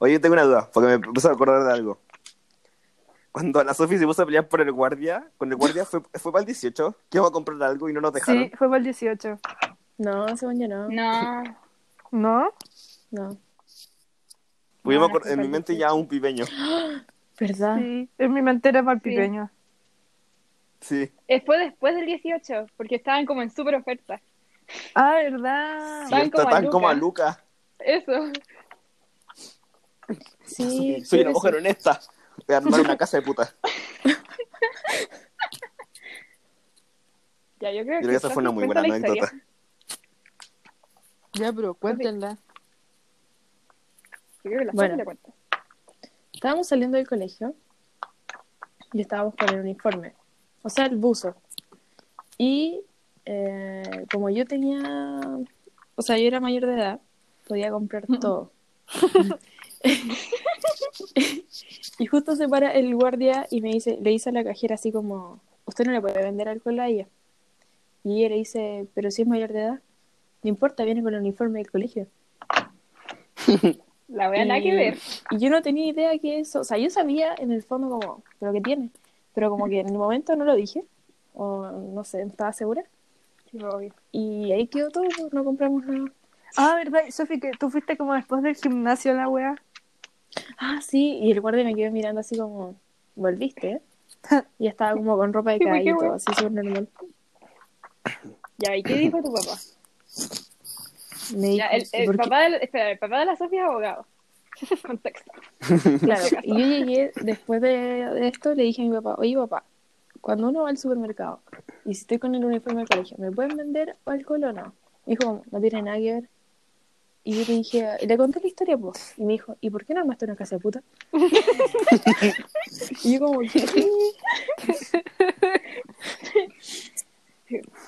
Oye, yo tengo una duda, porque me puse a acordar de algo. Cuando la Sofi se puso a pelear por el guardia, con el guardia fue, fue para el 18, que iba a comprar algo y no nos dejaron. Sí, fue para el 18. No, según yo no. No, ¿No? No. Porque yo me No, no acuer- fue en mi pa'l mente ya un pibeño. ¿Verdad? Ah. Sí, en mi mente era para el Sí. pipeño. Sí. eh, fue después del 18, porque estaban como en súper oferta. Ah, ¿verdad? Tan Tan como a tan como a Luca. Luca. Eso. Soy Sí, creo una que mujer honesta. Voy a armar una casa de puta. Ya, yo creo Yo creo que, que esa fue una muy buena cuenta la anécdota. historia. sí. Ya, pero cuéntenla. Yo creo que la Bueno. Sofi la cuenta. Estábamos saliendo del colegio y estábamos con el uniforme, o sea, el buzo. Y eh, como yo tenía, o sea, yo era mayor de edad, podía comprar todo. y justo se para el guardia y me dice, le dice a la cajera así como, usted no le puede vender alcohol a ella. Y ella le dice, pero si es mayor de edad, no importa, viene con el uniforme del colegio. La wea nada que ver. Y yo no tenía idea que eso, o sea, yo sabía en el fondo como lo que tiene, pero como que en el momento no lo dije, o no sé, no estaba segura, Sí, obvio. y ahí quedó todo, pues, no compramos nada. Ah, ¿verdad? Sofi, que tú fuiste como después del gimnasio a la wea. Ah, sí, y el guardia me quedó mirando así como, volviste, eh?" Y estaba como con ropa de Sí, güey, qué caballito, bueno. así súper normal. Ya, ¿y qué dijo tu papá? Me dijo, Ya, el, el "¿Por qué?" papá de, la- espera, el papá de la Sofía es abogado. Contexto. Claro, y yo llegué después de, de esto, le dije a mi papá, oye papá, cuando uno va al supermercado y si estoy con el uniforme del colegio, ¿me pueden vender alcohol o no? Me dijo, "Como, no tiene nada que ver. Y yo le dije, y le conté la historia, pues. Y me dijo, ¿y por qué no armaste una casa de puta? y yo como, "¿Qué?".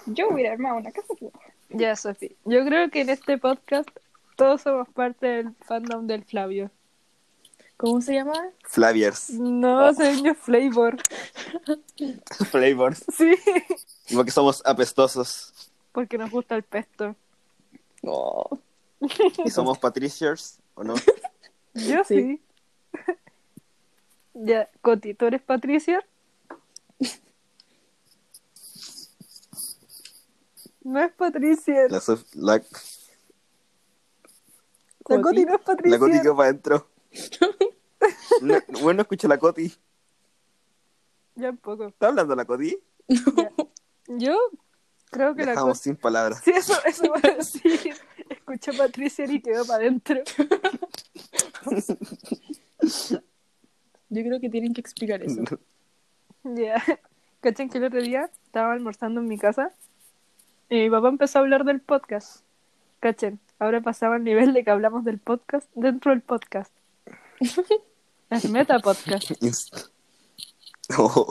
Yo hubiera armado una casa. pues. Ya, Sofi. Yo creo que en este podcast todos somos parte del fandom del Flavio. ¿cómo se llama? Flaviers. No, señor Flavor. Flavors. Sí. Y Porque somos apestosos. Porque nos gusta el pesto. Y somos patriciers, ¿o no? Yo sí. Sí. ya, Coti, ¿tú eres Patricia? No es Patricia. La, Sof- la, La Coti no es la Coti Patricia. quedó para adentro. No, bueno, escucha la Coti. Ya un poco. ¿Está hablando la Coti? Yo creo que la Dejamos Coti. sin palabras. Sí, eso, eso iba a decir. Escuché a Patricia y quedó para adentro. Yo creo que tienen que explicar eso. Ya. ¿Cachan que el otro día estaba almorzando en mi casa y mi papá empezó a hablar del podcast? Cachen, ahora pasaba al nivel de que hablamos del podcast dentro del podcast. Es meta podcast. Inst- Oh,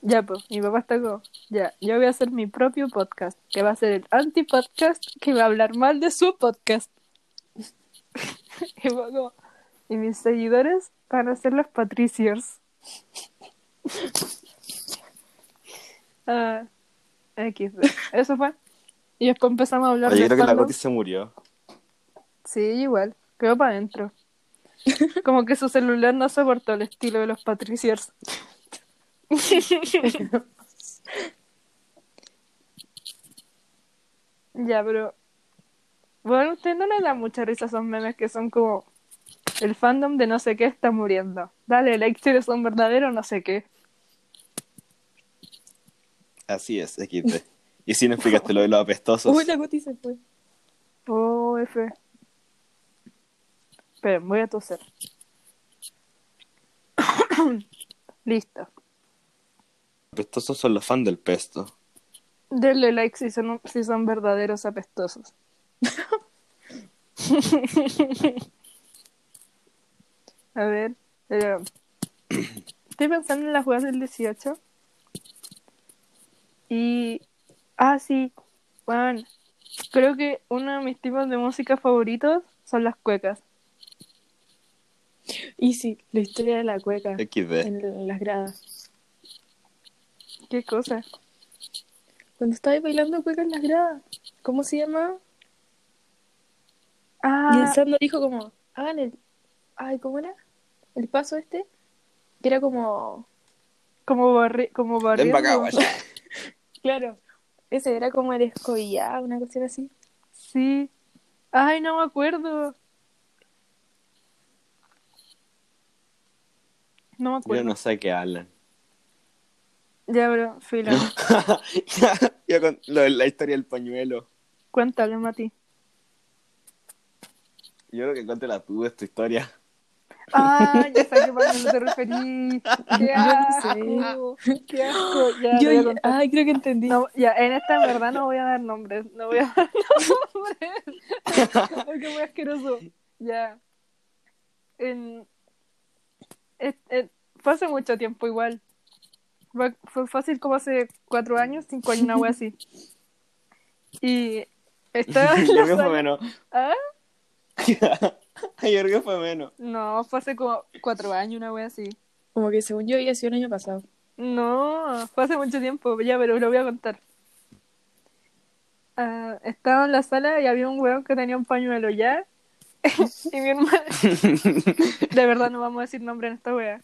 Ya, pues, mi papá está como, ya, yo voy a hacer mi propio podcast, que va a ser el anti-podcast que va a hablar mal de su podcast. y, fue como, y mis seguidores van a ser los patricios. Ah, XD. Eso fue. Y después empezamos a hablar Oye, de creo que la fandom. Coti se murió. Sí, igual, quedó para adentro. Como que su celular no soportó el estilo de los patricios. Ya, pero. Bueno, usted no le da mucha risa a esos memes que son como. El fandom de no sé qué está muriendo. Dale like si eres un verdadero no sé qué. Así es, XD. Y si no explicaste lo de los apestosos. Uy, la Guti se fue. Oh, F. Esperen, voy a toser. Listo. Apestosos son los fans del pesto. Denle like si son, si son verdaderos apestosos. A ver, eh, estoy pensando en las jugadas del 18. Y. Ah, sí. Bueno, creo que uno de mis tipos de música favoritos son las cuecas. Y sí, la historia de la cueca XD. en las gradas. Qué cosa. Cuando estaba bailando cueca en las gradas, ¿cómo se llama? Y el Ah, Sando dijo como, hagan el, ay, ¿cómo era? El paso este, que era como, como barri, como Ven barriendo. pa' acá, guaya. claro, ese era como el escobillado, una cuestión así. Sí. Ay, no me acuerdo. No me Yo acuerdo. no sé qué hablan. Ya, bro, filo. Yo con lo de la historia del pañuelo. Cuéntale, Mati. Yo creo que cuente la tuve esta historia. Ah, ya sé que no te referí. Qué asco. no Qué asco. Ya, Ah. lo Yo, voy a ya- contar. ay, creo que entendí. No, ya, en esta en verdad no voy a dar nombres. No voy a dar nombres. Porque es muy asqueroso. Ya. En- en- en- fue hace mucho tiempo igual. Fue, fue fácil como hace cuatro años, cinco años, una wea así. Y estaba en Yo la creo que fue sala- menos. ¿Ah? Yo creo que fue menos. No, fue hace como cuatro años, una wea así. Como que según yo había sido el año pasado. No, fue hace mucho tiempo, ya, pero lo voy a contar. Ah, estaba en la sala y había un weón que tenía un pañuelo ya. y mi hermana. De verdad, no vamos a decir nombre en esta wea.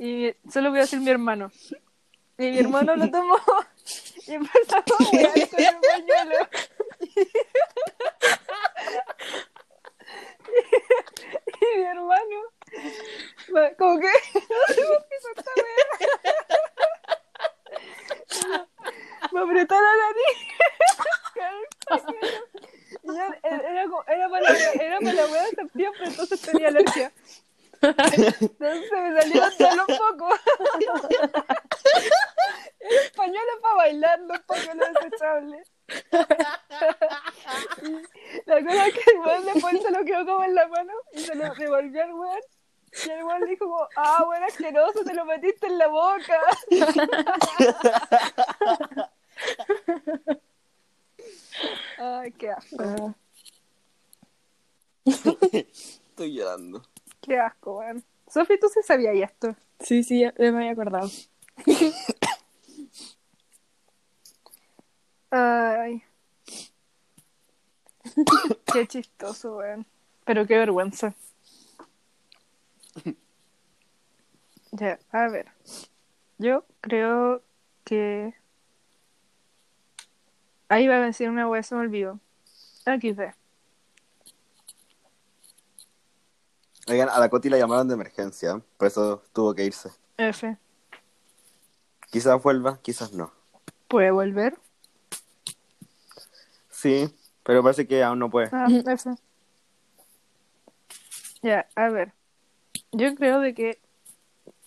Y solo voy a decir mi hermano. Y mi hermano lo tomó y empezó a wear con el pañuelo. y mi hermano. va- Como que. No sé por qué hizo esta wea. Me apretó la nariz. con el pañuelo. Y Yo, era, era, como- era para la, era para la wea de septiembre, entonces tenía alergia. Entonces me salió solo un poco. El pañuelo para bailar, no pañuelo desechable. La cosa es que el weón después se lo quedó como en la mano y se lo devolvió al weón. Y el weón dijo como, ah, bueno, asqueroso, te lo metiste en la boca. Ay, qué asco, Ah, Estoy llorando. qué asco, weón. Sofi, ¿tú sí sabías esto? sí, sí, ya ya me había acordado. Ay. qué chistoso, weón. Pero qué vergüenza. Ya, a ver. Yo creo que. Ahí va a decir una wea, se me olvidó. Aquí ve. Oigan, a la Coti la llamaron de emergencia, por eso tuvo que irse. F. Quizás vuelva, quizás no. ¿Puede volver? Sí, pero parece que aún no puede. Ah, F. Ya, a ver. Yo creo de que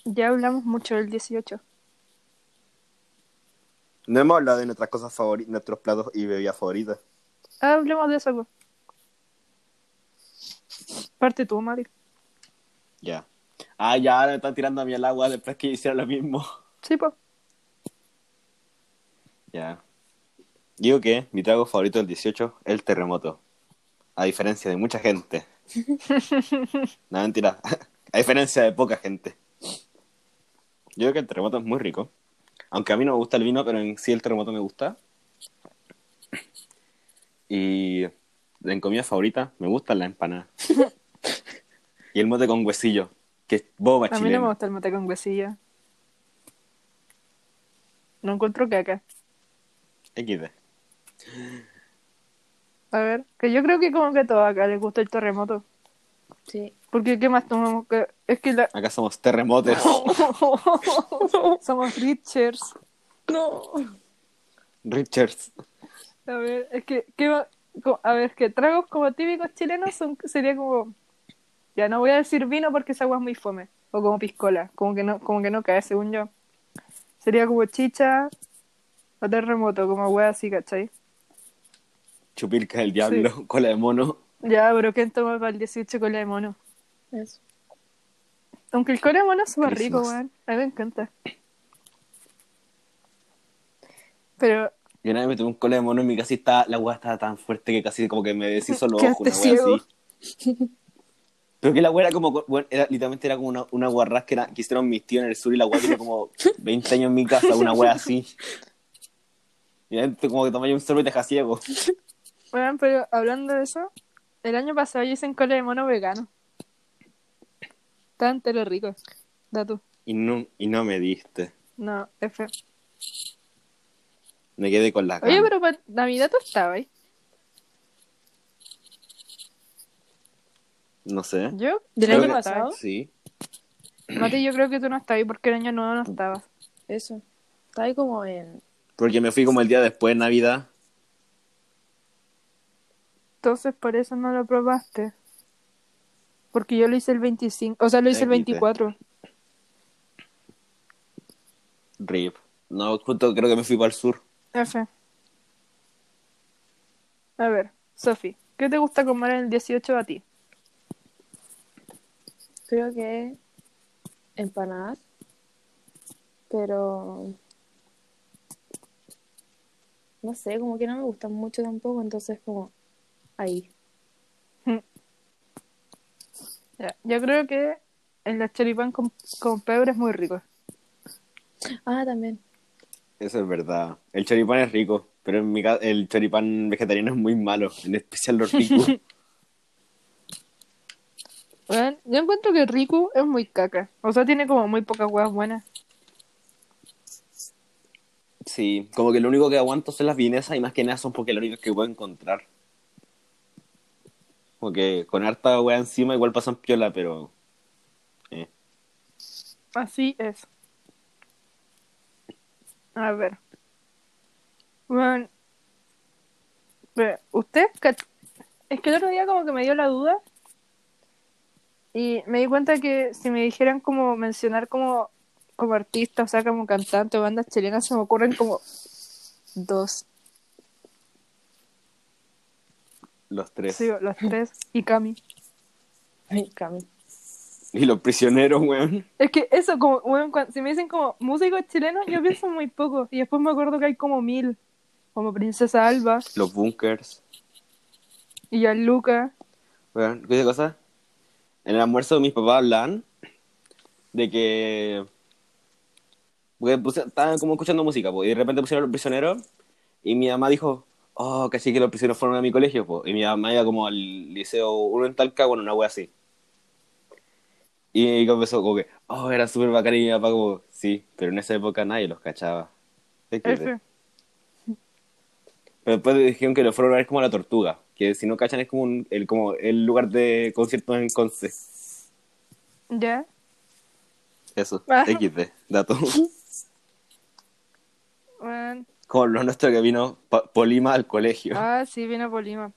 ya hablamos mucho del 18. No hemos hablado de nuestras cosas favoritas, nuestros platos y bebidas favoritas. Ah, hablemos de eso. pues. Parte tú, Mati. Ya. Ah, ya, ahora me están tirando a mí al agua después que hiciera lo mismo. Sí, pues. Ya. Digo que mi trago favorito del 18 es el terremoto. A diferencia de mucha gente. no, mentira. A diferencia de poca gente. Yo creo que el terremoto es muy rico. Aunque a mí no me gusta el vino, pero en sí el terremoto me gusta. Y en comida favorita me gustan las empanadas. y el mote con huesillo, que es boba A chileno. mí no me gusta el mate con huesilla. No encuentro caca. XD. A ver, que yo creo que como que a todos acá les gusta el terremoto. Sí. Porque ¿qué más tomamos? Que... Es que la... Acá somos terremotes. somos Richards. No. Richards. A ver, es que, ¿qué va- co- a ver, que tragos como típicos chilenos son, sería como, ya no voy a decir vino porque esa agua es muy fome, o como piscola, como que no, como que no cae, según yo. Sería como chicha, O terremoto, como wea así, ¿cachai? Chupilca del diablo, cola de mono. Ya, pero ¿quién toma para el 18 cola de mono? Eso. Aunque el cola de mono es súper rico, Christmas. weón. A mí me encanta. Pero Yo una vez me tomé un cola de mono en mi casa y estaba, la hueá estaba tan fuerte que casi como que me deshizo los ojos, Quedaste una hueá ciego. así. Pero que la hueá era como, co- bueno, era, literalmente era como una, una guarrás que, era- que hicieron mis tíos en el sur y la hueá tiene como 20 años en mi casa, una hueá así. Y adentro como que tomé un sorbo y te deja ciego. Bueno, pero hablando de eso, el año pasado yo hice un cole de mono vegano. Estaba entero rico. Da tú. Y no, y no me diste. No, F. Me quedé con la cara. Oye, pero para Navidad tú estabas ahí. No sé. ¿Yo? ¿Del creo Creo año que- pasado? Sí. Mati, yo creo que tú no estabas ahí porque el año nuevo no estabas. Eso. Está ahí como en. Porque me fui como el día después de Navidad. Entonces por eso no lo probaste. Porque yo lo hice el 25, o sea, lo hice el Te quité. 24. Rip. No, justo creo que me fui para el sur. F. A ver, Sofi, ¿qué te gusta comer el 18 a ti? Creo que. Empanadas. Pero. No sé, como que no me gustan mucho tampoco, entonces como. Ahí. Ya, Yo creo que el de choripán con, con pebre es muy rico. Ah, también. Eso es verdad. El choripán es rico, pero en mi ca- el choripán vegetariano es muy malo, en especial los ricos. Weón, yo encuentro que Riku es muy caca. O sea, tiene como muy pocas huevas buenas. sí, como que lo único que aguanto son las vienesas y más que nada son porque lo único que puedo encontrar. Como que con harta wea encima igual pasan piola, pero Así es. A ver. Bueno. ¿Usted? cach- Es que el otro día como que me dio la duda. Y me di cuenta que si me dijeran como mencionar como, como artista, o sea, como cantante o bandas chilenas, se me ocurren como dos. los tres. Sí, los tres. Y Cami. Ay, Cami. Y los prisioneros, weón. Es que eso, como, weón, cuan- si me dicen como músicos chilenos, yo pienso muy poco. Y después me acuerdo que hay como mil, como Princesa Alba, Los bunkers. y Gianluca. Weón, ¿qué cosa? En el almuerzo de mis papás hablan de que. Porque puse- estaban como escuchando música, po, y de repente pusieron los prisioneros, y mi mamá dijo, oh, casi que los prisioneros fueron a mi colegio, po. y mi mamá iba como al liceo uno en Talca, bueno, una wea así. Y comenzó como que, oh, era súper bacán, y mi papá como, sí, pero en esa época nadie los cachaba. Es que- F. pero después dijeron que lo fueron a ver como a la tortuga, que si no cachan es como, un- el, como el lugar de conciertos en Conce. ¿Ya? Eso, Ah. XD, dato. Weón. Como lo nuestro que vino pa- Polima al colegio, Ah, sí, vino Polima.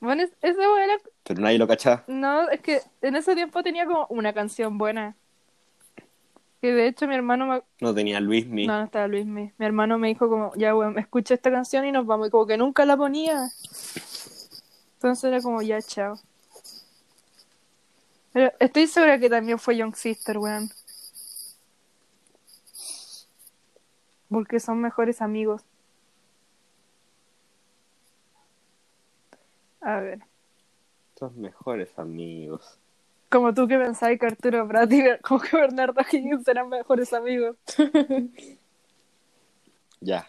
Bueno, es- ese weón era- pero nadie lo cachaba. No, es que en ese tiempo tenía como una canción buena. Que de hecho mi hermano... Me... No tenía Luismi. No, no estaba Luis. Mi, mi hermano me dijo como, ya, weón, escucha esta canción y nos vamos. Y como que nunca la ponía. Entonces era como, ya, chao. Pero estoy segura que también fue Young Sister, weón. Porque son mejores amigos. A ver. Estos mejores amigos. Como tú que pensabas que Arturo Prat y como que Bernardo Higgins eran mejores amigos. Ya.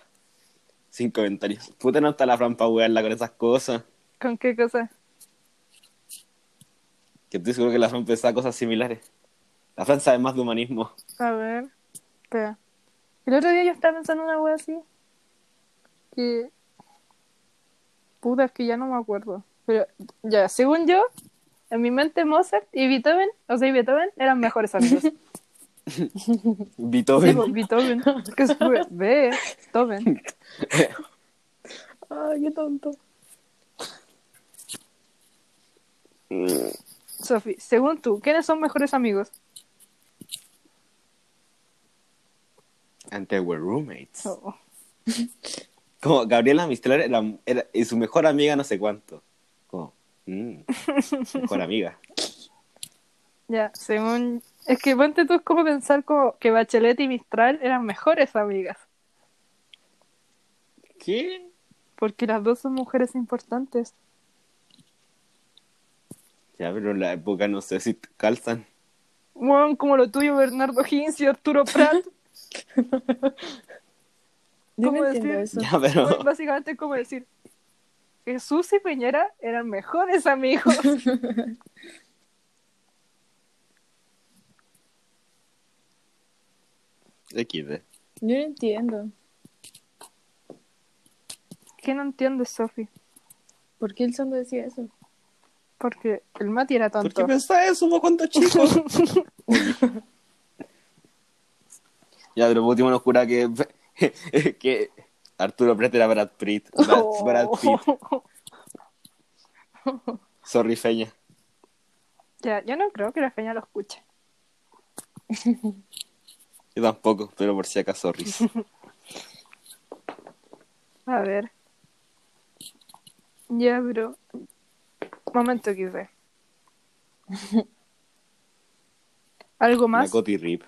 Sin comentarios. Puta, no está la Fran para wearla con esas cosas. ¿Con qué cosa? Que estoy seguro que la Fran pensaba cosas similares. La Fran sabe más de humanismo. A ver, espera. El otro día yo estaba pensando en una wea así. Que. Puta, es que ya no me acuerdo. Pero ya, según yo, en mi mente Mozart y Beethoven, o sea, y Beethoven eran mejores amigos. Sí, Beethoven. pues, Beethoven. Que es pura- Ve, Beethoven. Ay, qué tonto. Sofi, según tú, ¿quiénes son mejores amigos? And they were roommates. Oh. Como Gabriela Mistral era, era- y su mejor amiga no sé cuánto. Como, mm, mejor amiga. Ya, según. Es que ponte tú, es como pensar como que Bachelet y Mistral eran mejores amigas. ¿Qué? Porque las dos son mujeres importantes. Ya, pero en la época no sé si calzan. Bueno, como lo tuyo, Bernardo Higgins y Arturo Prat. Yo ¿Cómo no entiendo decir? eso. Ya, pero... Bueno, pues, básicamente es como decir, Jesús y Piñera eran mejores amigos. XD. Yo no entiendo. ¿Qué no entiendes, Sofi? ¿Por qué el Sando decía eso? Porque el Mati era ¿Por qué tonto. pensás eso, vos, cuántos chicos? ya, pero por último nos jura que, que Arturo Prat era Brad Pitt. Brad, Brad Pitt. Sorry, Feña. Ya, yo no creo que la feña lo escuche. Yo tampoco, pero por si acaso, sorry. A ver. Ya, pero. Momento, quise. ¿Algo Una más Coti Rip.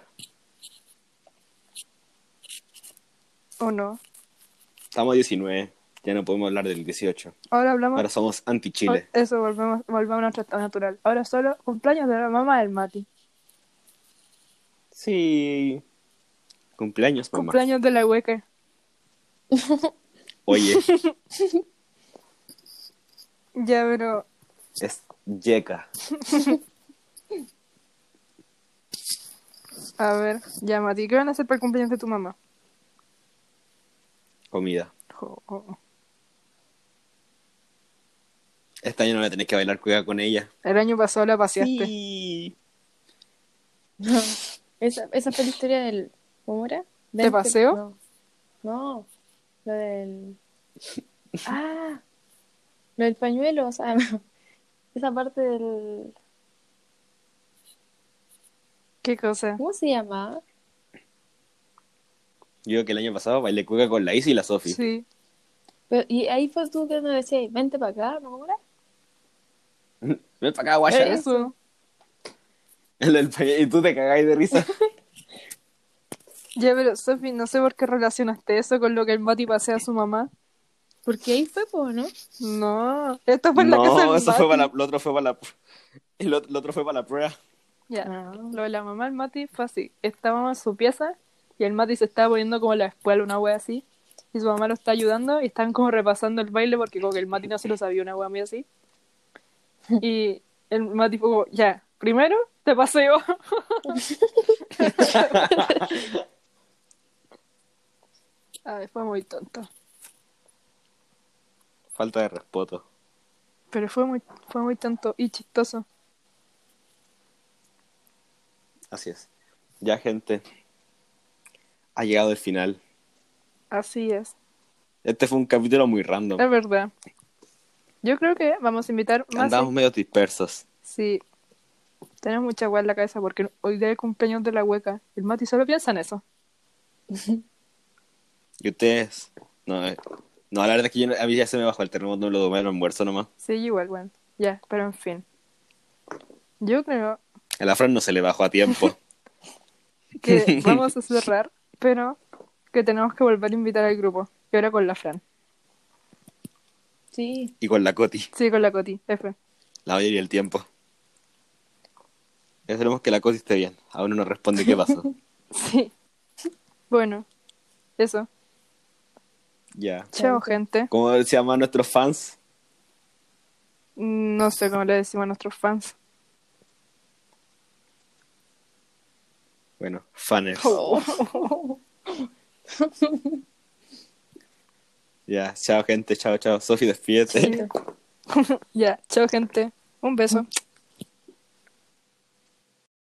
o no? Estamos a 19, ya no podemos hablar del 18. Ahora hablamos. Ahora somos anti-Chile. Eso, volvemos, volvemos a nuestro estado natural. Ahora solo cumpleaños de la mamá del Mati. Sí. Cumpleaños, mamá. Cumpleaños de la hueca. Oye, Ya, pero. es Yeka. A ver, ya, Mati, ¿qué van a hacer para el cumpleaños de tu mamá? Comida. Jo, oh, oh. Este año no le tenés que bailar cueva con ella. El año pasado la paseaste. Sí. Esa, esa fue la historia del. ¿Cómo era? ¿De Del- paseo? No. No. Lo del. Ah. Lo del pañuelo, o sea, no. Esa parte del. ¿Qué cosa? ¿Cómo se llama? Yo que el año pasado bailé cueca con la Isa y la Sofi. Sí. Pero- y ahí fue tú que nos decías, vente para acá, ¿no? ¿Cómo era? Ven para acá, guacha. Eso. El del pañuelo, Y tú te cagáis de risa. Ya, pero Sofi, no sé por qué relacionaste eso con lo que el Mati pasea a su mamá. Porque ahí fue, po, ¿no? No, esto fue en la casa del no, eso fue Mati. para la, lo otro fue para la, el otro, lo otro fue para la prueba. Ya, Ah. lo de la mamá del Mati fue así. Estábamos en su pieza y el Mati se estaba poniendo como la espuela, una wea así. Y su mamá lo está ayudando y están como repasando el baile porque como que el Mati no se lo sabía, una wea muy así. Y el Mati fue como, ya, primero te paseo. Ay, fue muy tonto. Falta de respeto. Pero fue muy, fue muy tonto y chistoso. Así es. Ya, gente. Ha llegado el final. Así es. Este fue un capítulo muy random. Es verdad. Yo creo que vamos a invitar más. Andamos medio dispersos. Sí. Tenemos mucha agua en la cabeza porque hoy día es el cumpleaños de la hueca. El Mati solo piensa en eso. Y ustedes. No, eh, no la verdad es que yo, no- a mí ya se me bajó el terremoto, no lo tomé el almuerzo nomás. Sí, igual, bueno. Ya, pero en fin. Yo creo A la Fran no se le bajó a tiempo. que vamos a cerrar, pero que tenemos que volver a invitar al grupo. Y ahora con la Fran. Sí. y con la Coti. Sí, con la Coti. F. La mayoría del tiempo. Esperemos que la cosa esté bien. Aún no nos responde qué pasó. Sí. Bueno. Eso. ya. Chao, Chaito. gente. Como se llaman nuestros fans, No sé cómo le decimos a nuestros fans. bueno, fanners. Ya, Eh, chao gente, chao, chao. Sofi, despídete. Chaito. Ya, chao, gente. Un beso.